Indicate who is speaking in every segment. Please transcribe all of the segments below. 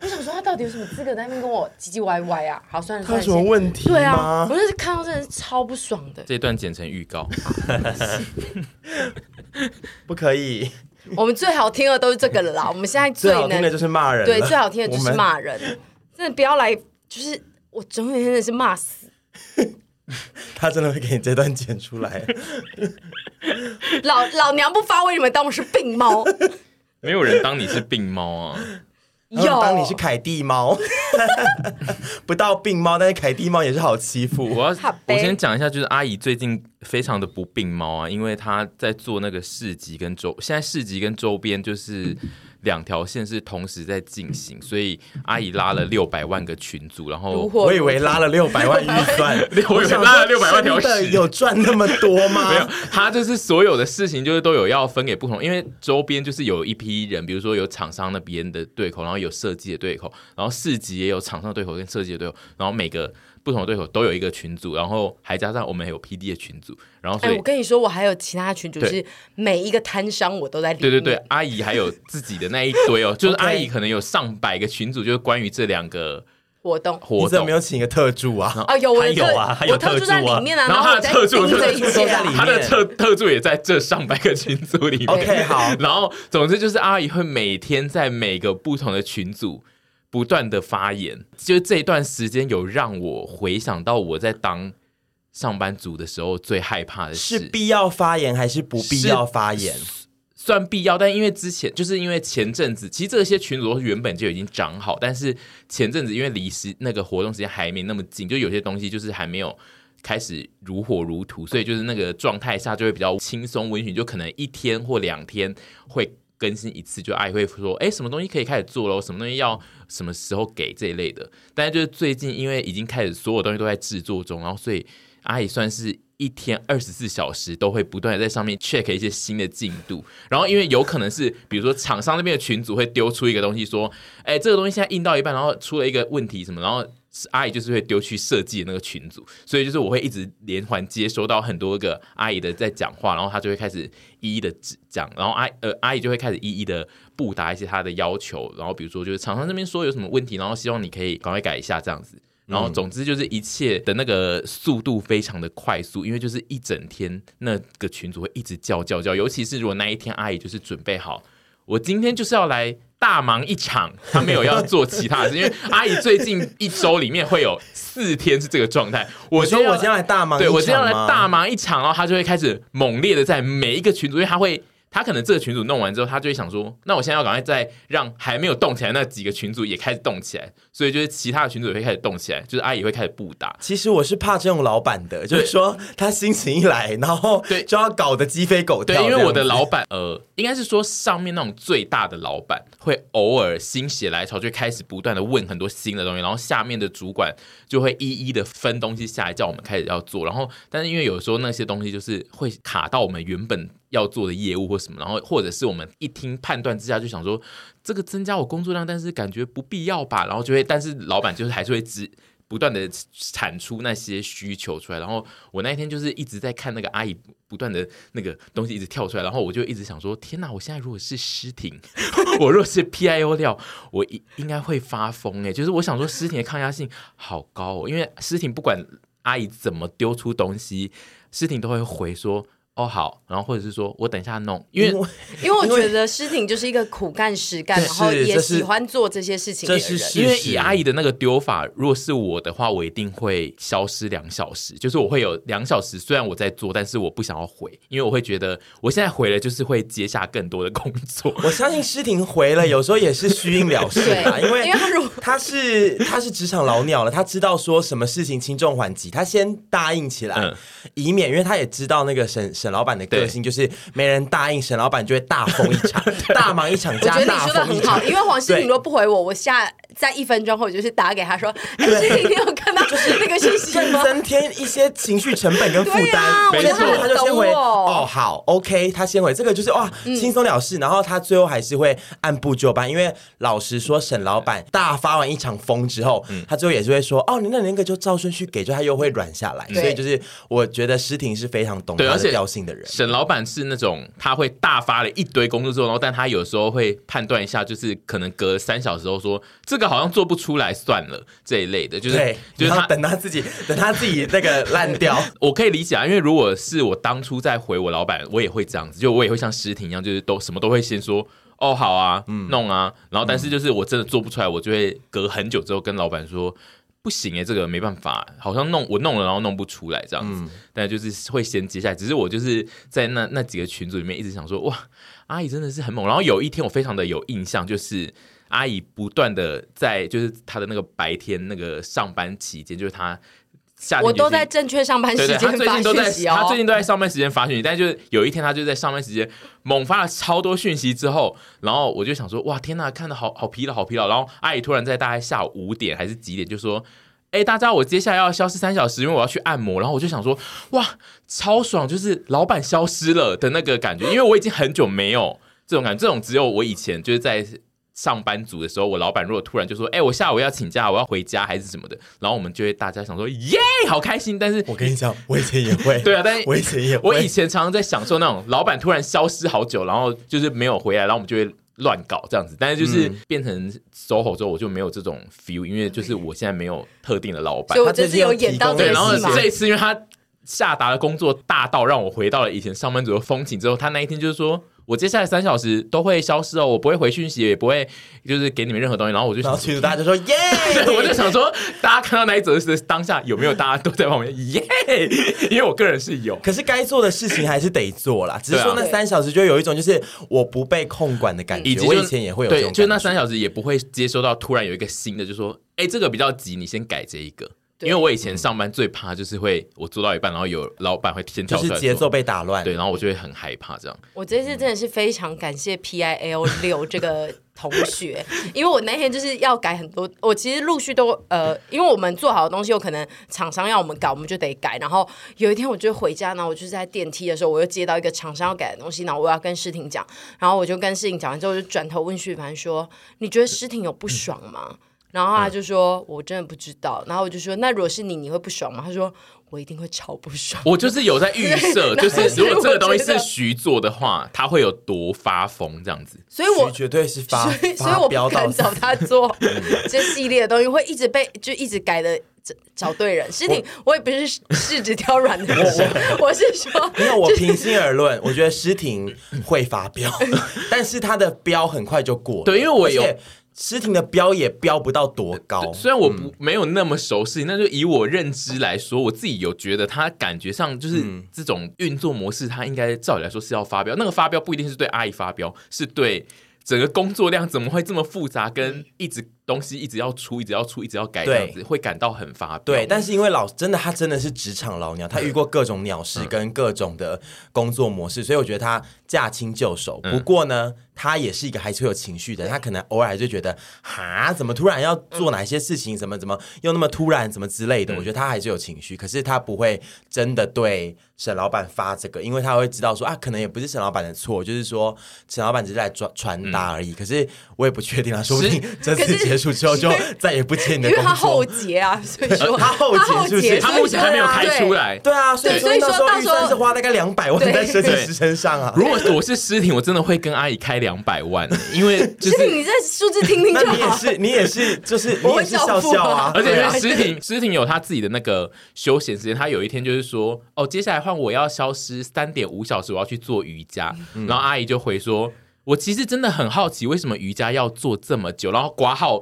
Speaker 1: 他到底有什么资格在那边跟我唧唧歪歪啊？好，算了
Speaker 2: 他
Speaker 1: 算了，
Speaker 2: 有什么
Speaker 1: 先
Speaker 2: 问题
Speaker 1: 对啊，
Speaker 2: 吗
Speaker 1: 我？就是看到真的是超不爽的。
Speaker 3: 这段剪成预告，
Speaker 2: 不可以，
Speaker 1: 我们最好听的都是这个了啦，我们现在最
Speaker 2: 最好听
Speaker 1: 能
Speaker 2: 的就是骂人了，
Speaker 1: 对最好听的就
Speaker 2: 我
Speaker 1: 是
Speaker 2: 们
Speaker 1: 骂人，真的不要来，就是我整天真的是骂死，
Speaker 2: 他真的会给你这段剪出 来。
Speaker 1: 老老娘不发威，你们当我是病 猫？
Speaker 3: 没有人当你是病猫啊。
Speaker 2: 然后
Speaker 1: 有，
Speaker 2: 当你是凯蒂猫， 不到病猫，但是凯蒂猫也是好欺负。
Speaker 3: 我要
Speaker 1: 好
Speaker 3: 我
Speaker 1: 呗
Speaker 3: 先讲一下，就是阿姨最近非常的不病猫啊，因为她在做那个市集跟周，现在市集跟周边就是两条线是同时在进行，所以阿姨拉了六百万个群组，然
Speaker 1: 如
Speaker 3: 后
Speaker 1: 火
Speaker 2: 我以为拉了六百万预算，
Speaker 3: 我以为拉了六百万条
Speaker 2: 真的
Speaker 3: 线。
Speaker 2: 有赚那么多吗？
Speaker 3: 没有，她就是所有的事情就是都有要分给不同，因为周边就是有一批人，比如说有厂商那边的对口，然后有设计的对口，然后市集也有厂商的对口跟设计的对口，然后每个不同的对口都有一个群组，然后还加上我们还有 PD 的群组，然后
Speaker 1: 哎、
Speaker 3: 所以
Speaker 1: 我跟你说，我还有其他群主
Speaker 3: 对
Speaker 1: 是每一个摊商我都在里
Speaker 3: 对
Speaker 1: 面。
Speaker 3: 对对，阿姨还有自己的那一堆哦，就是阿
Speaker 2: OK
Speaker 3: 姨可能有上百个群组，就是关于这两个
Speaker 1: 活动
Speaker 3: 活
Speaker 2: 你怎么
Speaker 3: 动
Speaker 2: 没。有请一个特助啊？
Speaker 1: 啊，有我的
Speaker 4: 还有啊还有
Speaker 1: 我特助
Speaker 4: 特助啊
Speaker 1: 在里面啊，
Speaker 3: 然后
Speaker 1: 后我
Speaker 3: 他的
Speaker 1: 在
Speaker 3: 特助
Speaker 1: 盯
Speaker 3: 就
Speaker 1: 这一
Speaker 2: 是
Speaker 1: 切啊
Speaker 2: 都在里面
Speaker 3: 他的特特助也在这上百个群组里面。
Speaker 2: OK，好
Speaker 3: 然后总之就是阿姨会每天在每个不同的群组不断的发言，就是这一段时间有让我回想到我在当上班族的时候最害怕的
Speaker 2: 是
Speaker 3: 事，
Speaker 2: 必要发言还是不必要发言？
Speaker 3: 算必要，但因为之前就是因为前阵子，其实这些群组都原本就已经长好，但是前阵子因为离时那个活动时间还没那么近，就有些东西就是还没有开始如火如荼，所以就是那个状态下就会比较轻松温驯，就可能一天或两天会更新一次，就阿姨会说，哎，什么东西可以开始做咯，什么东西要什么时候给这一类的。但是就是最近因为已经开始所有东西都在制作中，然后所以阿姨算是。一天 二十四小时都会不断的在上面 check 一些新的进度，然后因为有可能是比如说厂商那边的群组会丢出一个东西说，哎，这个东西现在印到一半，然后出了一个问题什么，然后阿姨就是会丢去设计的那个群组，所以就是我会一直连环接收到很多个阿姨的在讲话，然后她就会开始一一的讲，然后阿呃阿姨就会开始一一的布达一些她的要求，然后比如说就是厂商这边说有什么问题，然后希望你可以赶快改一下这样子。然后，总之就是一切的那个速度非常的快速，因为就是一整天那个群组会一直叫叫叫，尤其是如果那一天阿姨就是准备好，我今天就是要来大忙一场，她没有要做其他的事，因为阿姨最近一周里面会有四天是这个状态。我
Speaker 2: 我说
Speaker 3: 今天要
Speaker 2: 我今天来大忙一
Speaker 3: 对
Speaker 2: 场吗，
Speaker 3: 我今天要来大忙一场，然后他就会开始猛烈的在每一个群组，因为他会。他可能这个群组弄完之后，他就会想说，那我现在要赶快再让还没有动起来那几个群组也开始动起来，所以就是其他的群组也会开始动起来，就是阿姨会开始布达，
Speaker 2: 其实我是怕这种老板的，就是说他心情一来，然后
Speaker 3: 对
Speaker 2: 就要搞得鸡飞狗
Speaker 3: 对
Speaker 2: 跳这，样
Speaker 3: 因
Speaker 2: 子。
Speaker 3: 为我的老板，呃，应该是说上面那种最大的老板会偶尔心血来潮，就开始不断的问很多新的东西，然后下面的主管就会一一的分东西下来，叫我们开始要做。然后，但是因为有时候那些东西就是会卡到我们原本要做的业务或什么，然后或者是我们一听判断之下就想说这个增加我工作量，但是感觉不必要吧，然后就会，但是老板就是还是会只不断的产出那些需求出来，然后我那一天就是一直在看那个阿姨不断的那个东西一直跳出来，然后我就一直想说，天哪！我现在如果是诗婷， 我若是 PIO 料，我应应该会发疯哎、就是我想说，诗婷的抗压性好高哦，因为诗婷不管阿姨怎么丢出东西，诗婷都会回说哦好，然后或者是说我等一下弄，因为
Speaker 2: 因为
Speaker 1: 因为我觉得诗婷就是一个苦干实干，
Speaker 2: 对
Speaker 1: 然后
Speaker 2: 是
Speaker 1: 也
Speaker 2: 这是
Speaker 1: 喜欢做这些事情的
Speaker 2: 这
Speaker 1: 人。
Speaker 2: 是事
Speaker 3: 因为
Speaker 2: 实
Speaker 3: 以阿姨的那个丢法，如果是我的话，我一定会消失两小时，就是我会有两小时，虽然我在做，但是我不想要回，因为我会觉得我现在回了就是会接下更多的工作。
Speaker 2: 我相信诗婷回了，有时候也是虚应了事啦，
Speaker 1: 对
Speaker 2: 因为
Speaker 1: 因为她如
Speaker 2: 她是她是职场老鸟了，她知道说什么事情轻重缓急，她先答应起来，
Speaker 3: 嗯
Speaker 2: 以免因为她也知道那个沈沈老板的个性，就是没人答应沈老板就会大疯一 场，大忙一场
Speaker 1: 我觉
Speaker 2: 加
Speaker 1: 得你
Speaker 2: 大
Speaker 1: 说的
Speaker 2: 疯一
Speaker 1: 很好，
Speaker 2: 场。
Speaker 1: 因为黄诗
Speaker 2: 对
Speaker 1: 婷若不回我，我下在一分钟后我就是打给他 说：“哎，诗婷， 你有看到那个信息
Speaker 2: 更
Speaker 1: 吗
Speaker 2: 增添一些情绪成本跟负
Speaker 1: 对
Speaker 2: 担
Speaker 1: 啊，
Speaker 3: 我
Speaker 2: 所
Speaker 3: 觉
Speaker 2: 以
Speaker 3: 得他
Speaker 2: 他
Speaker 1: 很
Speaker 2: 就先
Speaker 1: 懂
Speaker 2: 回
Speaker 1: 嗯我
Speaker 2: 哦，好，OK，他先回这个就是哇，轻松了事。然后他最后还是会按部就班，因为老实说，沈老板大发完一场疯之后，他最后也是会说哦，你那你那个就照顺序给，就他又会软下来。
Speaker 1: 对
Speaker 2: 所以就是我觉得诗婷是非常懂
Speaker 3: 对
Speaker 2: 他
Speaker 3: 而且
Speaker 2: 的调性的人，
Speaker 3: 沈老板是那种他会大发了一堆工作之后，然后但他有时候会判断一下，就是可能隔三小时后说这个好像做不出来算了这一类的，就是
Speaker 2: 对，
Speaker 3: 就是
Speaker 2: 然后
Speaker 3: 他
Speaker 2: 等他自己， 等他自己那个烂掉，
Speaker 3: 我可以理解啊，因为如果是我当初在回我老板，我也会这样子，就我也会像诗婷一样，就是都什么都会先说哦好啊，弄啊，然后但是就是我真的做不出来，我就会隔很久之后跟老板说。不行哎、这个没办法，好像弄我弄了，然后弄不出来这样子，但就是会先接下来。只是我就是在那那几个群组里面一直想说，哇，阿姨真的是很猛。然后有一天我非常的有印象，就是阿姨不断的在就是她的那个白天那个上班期间，就是她下定
Speaker 1: 我
Speaker 3: 决
Speaker 1: 都
Speaker 3: 心
Speaker 1: 在正确上班时
Speaker 3: 对对，
Speaker 1: 间
Speaker 3: 他最
Speaker 1: 发
Speaker 3: 近都在
Speaker 1: 讯，息
Speaker 3: 他
Speaker 1: 哦
Speaker 3: 最。近都在上班时间发讯息，但就是有一天他就在上班时间猛发了超多讯息之后，然后我就想说，哇，天呐，看的好好疲劳，好疲劳。然后阿姨突然在大概下午五点还是几点就说。哎，大家，我接下来要消失三小时，因为我要去按摩。然后我就想说，哇，超爽，就是老板消失了的那个感觉，因为我已经很久没有这种感觉，这种只有我以前就是在上班族的时候，我老板如果突然就说，哎、我下午要请假，我要回家还是什么的，然后我们就会大家想说，耶，好开心。 但是
Speaker 2: 我跟你讲，我以前也会，
Speaker 3: 对啊但是
Speaker 2: 我以前也
Speaker 3: 我以
Speaker 2: 会，
Speaker 3: 前常常在享受那种老板突然消失好久，然后就是没有回来，然后我们就会乱搞这样子。但是就是变成 SOHO 之后，我就没有这种 feel，因为就是我现在没有特定的老板
Speaker 1: 所以。我这次有演到这
Speaker 3: 对，
Speaker 1: 个
Speaker 3: 然后
Speaker 1: 戏嘛
Speaker 2: 我，
Speaker 3: 这一次因为他下达的工作大到让我回到了以前上班族的风景之后，他那一天就是说。我接下来三小时都会消失哦，我不会回讯息，也不会就是给你们任何东西。然后我就
Speaker 2: 然后
Speaker 3: 想
Speaker 2: 群主大家就说耶，
Speaker 3: 对， 我就想说，大家看到那一则是当下有没有大家都在旁边耶？ 因为我个人是有，
Speaker 2: 可是该做的事情还是得做啦，只是说
Speaker 3: 对
Speaker 1: 啊
Speaker 2: 那三小时就有一种就是我不被控管的感
Speaker 3: 以
Speaker 2: 觉。
Speaker 3: 及
Speaker 2: 我
Speaker 3: 就
Speaker 2: 以前也会有这
Speaker 3: 对，
Speaker 2: 种
Speaker 3: 就是那
Speaker 2: 感觉。
Speaker 3: 三小时也不会接收到突然有一个新的，就说，哎、这个比较急，你先改这一个。因
Speaker 1: 对
Speaker 3: 为我以前上班最怕就是会我做到一半，然后有老板会先跳
Speaker 2: 就
Speaker 3: 出来
Speaker 2: 是
Speaker 3: 说
Speaker 2: 节奏被打乱，
Speaker 3: 对，然后我就会很害怕这样。
Speaker 1: 我这次真的是非常感谢 PIL 六这个同学，因为我那天就是要改很多，我其实陆续都呃，因为我们做好的东西，有可能厂商要我们改，我们就得改。然后有一天我就回家，然后我就是在电梯的时候，我又接到一个厂商要改的东西，然后我要跟诗婷讲，然后我就跟诗婷讲完之后，我就转头问旭凡说：“你觉得诗婷有不爽吗？”然后他就说：“我真的不知道。”然后我就说：“那如果是你，你会不爽吗？”他说：“我一定会超不爽。”
Speaker 3: 我就是有在预 设，
Speaker 1: 对
Speaker 3: 就是如果这个东西
Speaker 1: 然后我觉
Speaker 3: 是
Speaker 1: 得
Speaker 3: 徐做的话，他会有多发疯这样子。
Speaker 1: 所以我
Speaker 2: 绝对是发
Speaker 1: 所以，所以
Speaker 2: 发
Speaker 1: 我
Speaker 2: 飙
Speaker 1: 不
Speaker 2: 到
Speaker 1: 敢
Speaker 2: 死
Speaker 1: 找他做这系列的东西，会一直被就一直改的。找找对人，诗婷，我也不是试着挑软的人，我是说，
Speaker 2: 因为我平心而论，我觉得诗婷会发飙， 但是她的飙很快就过了。
Speaker 3: 对因为我有
Speaker 2: 而且诗婷的飙也飙不到多高，
Speaker 3: 虽然我
Speaker 2: 嗯
Speaker 3: 不、没有那么熟悉，那就以我认知来说，我自己有觉得他感觉上就是
Speaker 2: 嗯
Speaker 3: 这种运作模式，他应该照理来说是要发飙。那个发飙不一定是对阿姨发飙，是对整个工作量怎么会这么复杂，跟一直东西一直要出，一直要出，一直要改这
Speaker 2: 对
Speaker 3: 样子，会感到很发飙。
Speaker 2: 对，但是因为老真的，他真的是职场老鸟，他遇过各种鸟
Speaker 1: 嗯
Speaker 2: 事跟各种的工作模式，所以我觉得他驾轻就熟。
Speaker 1: 嗯
Speaker 2: 不过呢，他也是一个还是会有情绪的，他可能偶尔就觉得哈，怎么突然要做哪些事情，怎么怎么又那么突然，怎么之
Speaker 1: 嗯
Speaker 2: 类的。我觉得他还是有情绪，可是他不会真的对沈老板发这个，因为他会知道说啊，可能也不是沈老板的错，就是说沈老板只是来传传达而已。可是我也不确定啊，说不定这
Speaker 1: 可
Speaker 2: 次
Speaker 1: 嗯是
Speaker 2: 结束之后就再也不接你
Speaker 1: 因
Speaker 2: 的
Speaker 1: 为
Speaker 2: 工作。呃
Speaker 1: 他后结啊，所以说
Speaker 2: 他后结是不是
Speaker 3: 他目前还没有开出。来。
Speaker 2: 对啊，所以
Speaker 1: 对
Speaker 2: 说
Speaker 1: 所以
Speaker 2: 那
Speaker 1: 说
Speaker 2: 时候
Speaker 1: 到
Speaker 2: 预
Speaker 1: 时候
Speaker 2: 算是花大概两百万
Speaker 1: 对
Speaker 2: 在设计师身上啊。
Speaker 3: 如果我是诗婷，我真的会跟阿姨开两百 万，因为就是
Speaker 1: 对啊对你这数字听听
Speaker 2: 那
Speaker 1: 就
Speaker 2: 你也
Speaker 1: 好。
Speaker 2: 是，你也是，就是你
Speaker 1: 我
Speaker 2: 也
Speaker 1: 会
Speaker 2: 是笑笑啊，
Speaker 3: 而且因
Speaker 2: 对啊
Speaker 3: 为诗婷，诗婷有她自己的那个休闲时间，她有一天就是说，哦，接下来换我要消失三点五小时，我要去做瑜伽。
Speaker 1: 嗯
Speaker 3: 然后阿姨就回说。我其实真的很好奇，为什么瑜伽要做这么久？然后挂号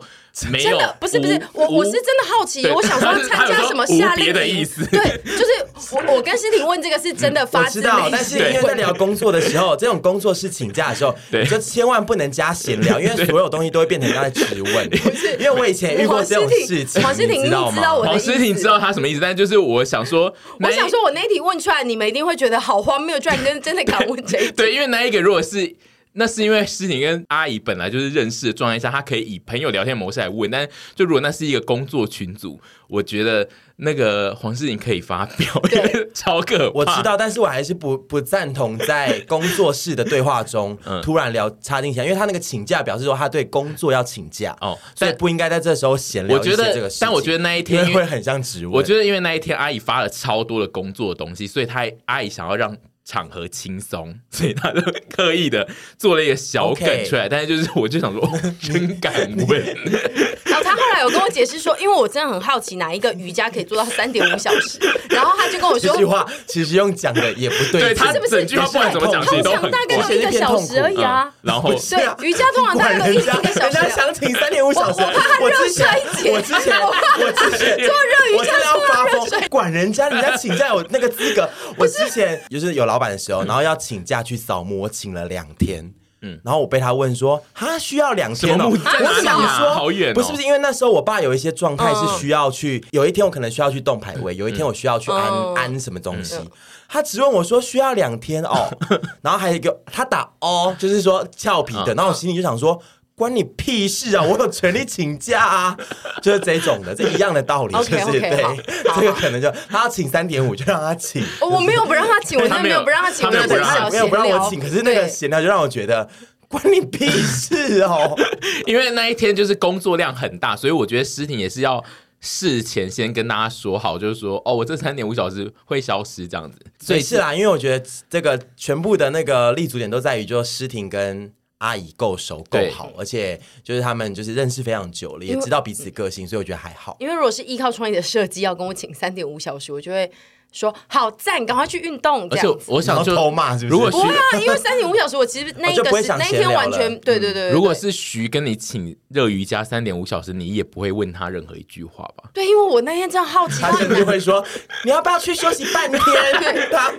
Speaker 3: 没有
Speaker 1: 真
Speaker 3: 无，
Speaker 1: 的不是不是，我我是真的好奇，
Speaker 3: 对
Speaker 1: 我想说参加什么夏令
Speaker 3: 他有说无别
Speaker 1: 营
Speaker 3: 的意思
Speaker 1: 对，就是我我跟诗婷问这个是真的
Speaker 2: 我
Speaker 1: 发自
Speaker 2: 知
Speaker 1: 内心
Speaker 2: 道，
Speaker 1: 问，
Speaker 2: 但是因为在聊工作的时候，这种工作是请假的时候，
Speaker 3: 对
Speaker 2: 你就千万不能加闲聊，因为所有东西都会变成他的质问。因为我以前遇过这种事情，
Speaker 1: 黄诗婷
Speaker 2: 你知道
Speaker 1: 你知道
Speaker 2: 吗
Speaker 1: 我？的
Speaker 3: 黄
Speaker 1: 意思
Speaker 3: 诗婷知道她什么意思，但就是我想说，
Speaker 1: 我
Speaker 3: 那一
Speaker 1: 想说，我那一题问出来，你们一定会觉得好荒谬，居然跟真的敢问这一题。
Speaker 3: 对，因为那一个如果是。那是因为诗婷跟阿姨本来就是认识的状态下，她可以以朋友聊天模式来问。但就如果那是一个工作群组，我觉得那个黄诗婷可以发表，因为 超可怕。
Speaker 2: 我知，道，但是我还是不不赞同在工作室的对话中
Speaker 3: 嗯
Speaker 2: 突然聊插进去，因为他那个请假表示说他对工作要请假
Speaker 3: 哦
Speaker 2: 哦，所以
Speaker 3: 但
Speaker 2: 不应该在这时候闲聊一
Speaker 3: 我
Speaker 2: 些
Speaker 3: 觉
Speaker 2: 这个
Speaker 3: 得
Speaker 2: 事，情。
Speaker 3: 但我觉得那一
Speaker 2: 因
Speaker 3: 天，
Speaker 2: 为
Speaker 3: 因
Speaker 2: 会
Speaker 3: 为
Speaker 2: 很像质问。
Speaker 3: 我觉得因为那一天阿姨发了超多的工作的东西，所以她阿姨想要让场合轻松，所以她就刻意的做了一个小梗
Speaker 2: OK
Speaker 3: 出来。但是就是我就想说，哦真敢问，
Speaker 1: 然后有跟我解释说，因为我真的很好奇哪一个瑜伽可以做到三点五小时，然后他就跟我
Speaker 2: 这
Speaker 1: 说，
Speaker 2: 句话其实用讲的也不
Speaker 3: 对
Speaker 2: 对劲，
Speaker 3: 他
Speaker 1: 是不是
Speaker 3: 整句话不管怎么讲，其
Speaker 1: 通
Speaker 3: 实都
Speaker 1: 常
Speaker 3: 很
Speaker 1: 大概
Speaker 3: 怪
Speaker 1: 就一个小时而已啊。
Speaker 3: 嗯然后
Speaker 1: 对，瑜伽通常大
Speaker 2: 管
Speaker 1: 概
Speaker 2: 人
Speaker 1: 就一
Speaker 2: 家，
Speaker 1: 个小
Speaker 2: 人
Speaker 1: 时
Speaker 2: 家
Speaker 1: 啊。
Speaker 2: 想请三点五小时，
Speaker 1: 我我怕他
Speaker 2: 我之前
Speaker 1: 热衰竭
Speaker 2: 我之前我之前
Speaker 1: 做热瑜伽
Speaker 2: 我真的要发疯，管人家，人家请假有那个资 格。我之前就是有老板的时候，然后要请假去扫墓，我请了两天。嗯，然后我被他问说，哈，需要两天
Speaker 3: 什
Speaker 2: 哦？
Speaker 3: 么墓
Speaker 2: 我
Speaker 3: 在哪里啊
Speaker 2: 想说，
Speaker 3: 好远哦嗯
Speaker 2: 不是不是，因为那时候我爸有一些状态是需要去，有一天我可能需要去动牌位，有一天我需要去
Speaker 1: 嗯
Speaker 2: 安安什么东
Speaker 3: 嗯
Speaker 2: 西。他只问我说需要两天 哦，然后还有一个他打哦，就是说俏皮
Speaker 3: 嗯
Speaker 2: 的，然后我心里就想说。关你屁事啊！我有权利请假啊，就是这种的，这一样的道理，就是
Speaker 1: OK，OK，
Speaker 2: 对
Speaker 1: 好好
Speaker 2: 这个可能就他要请三点五，就让他请，
Speaker 1: 哦我没有不让他请，我真的没有不让他请，
Speaker 3: 他没有
Speaker 1: 我真的
Speaker 3: 他
Speaker 1: 是要
Speaker 2: 没有不让
Speaker 1: 闲
Speaker 2: 我
Speaker 1: 聊
Speaker 2: 请，可是那个
Speaker 1: 对
Speaker 2: 闲聊就让我觉得关你屁事 哦。
Speaker 3: 因为那一天就是工作量很大，所以我觉得诗婷也是要事前先跟大家说好，就是说哦，我这三点五小时会消失这样子。所
Speaker 2: 对，
Speaker 3: 以
Speaker 2: 是啊啦，因为我觉得这个全部的那个立足点都在于，就是诗婷跟阿姨够熟够
Speaker 3: 对
Speaker 2: 好，而且就是他们就是认识非常久了，也
Speaker 1: 因为
Speaker 2: 知道彼此个性，所以我觉得还好。
Speaker 1: 因为如果是依靠创意的设计，要跟我请三点五小时，我就会说好赞，赶快去运动这
Speaker 3: 而
Speaker 1: 样
Speaker 3: 且我
Speaker 1: 子。
Speaker 3: 我想
Speaker 2: 然后
Speaker 3: 就
Speaker 2: 偷骂是不是
Speaker 3: 如果
Speaker 1: 不会
Speaker 3: 徐
Speaker 1: 啊，因为三点五小时，我其实那一
Speaker 2: 就不
Speaker 1: 个
Speaker 2: 会
Speaker 1: 是
Speaker 2: 想
Speaker 1: 那一
Speaker 2: 闲
Speaker 1: 天
Speaker 2: 聊
Speaker 1: 完
Speaker 2: 了
Speaker 1: 全对对对对，
Speaker 3: 嗯如果
Speaker 1: 对
Speaker 3: 是徐跟你请热瑜伽三点五小时，你也不会问他任何一句话吧？
Speaker 1: 对，因为我那天真的好奇，
Speaker 2: 他甚至会说：“你要不要去休息 半天？”他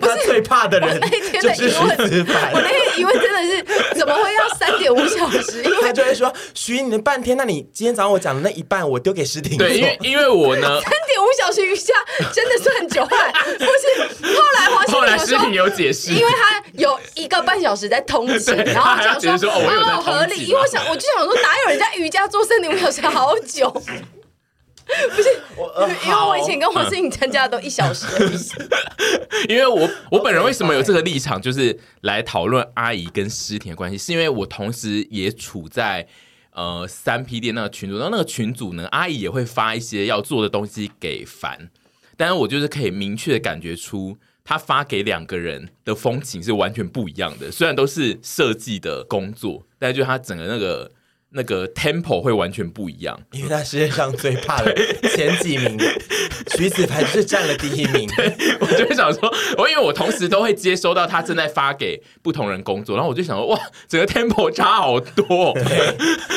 Speaker 2: 他最怕的人
Speaker 1: 我那一天
Speaker 2: 就
Speaker 1: 的
Speaker 2: 是
Speaker 1: 疑
Speaker 2: 徐
Speaker 1: 问
Speaker 2: 子
Speaker 1: 我
Speaker 2: 凡，
Speaker 1: 那天疑问真的是怎么会要三点五小时？因
Speaker 2: 他
Speaker 1: 为
Speaker 2: 就会说：“徐，你的半天，那你今天早上我讲的那一半，我丢给诗婷做。
Speaker 3: 对，因为因为我呢，
Speaker 1: 三点五小时瑜伽真的算久哎，不是。后来黄
Speaker 3: 后来诗
Speaker 1: 心
Speaker 3: 婷
Speaker 1: 凌
Speaker 3: 有解释
Speaker 1: 因，为他有一个半小时在通勤，
Speaker 3: 对
Speaker 1: 然后我想
Speaker 3: 他还觉得说
Speaker 1: 说
Speaker 3: 哦我有在
Speaker 1: 哦合
Speaker 3: 通
Speaker 1: 理，
Speaker 3: 勤
Speaker 1: 因为我
Speaker 3: 啊
Speaker 1: 想我就想说哪有人家瑜伽做三点五小时好 久？
Speaker 2: 我呃
Speaker 1: 因为因为我以前
Speaker 2: 好
Speaker 1: 跟黄心凌参加的都一小时而 已。
Speaker 3: 啊因为我我本人为什么有这个立场，就是来讨论阿姨跟诗婷的关系，是因为我同时也处在呃三 P 店那个群组，然后那个群组呢，阿姨也会发一些要做的东西给凡，但是我就是可以明确的感觉出。他发给两个人的风情是完全不一样的，虽然都是设计的工作，但就他整个那个那个 tempo 会完全不一样。
Speaker 2: 因为他世界上最怕的前几名，徐子凡就是占了第一名。
Speaker 3: 我就会想说，我因为我同时都会接收到他正在发给不同人工作，然后我就想说，哇，整个 tempo 差好多。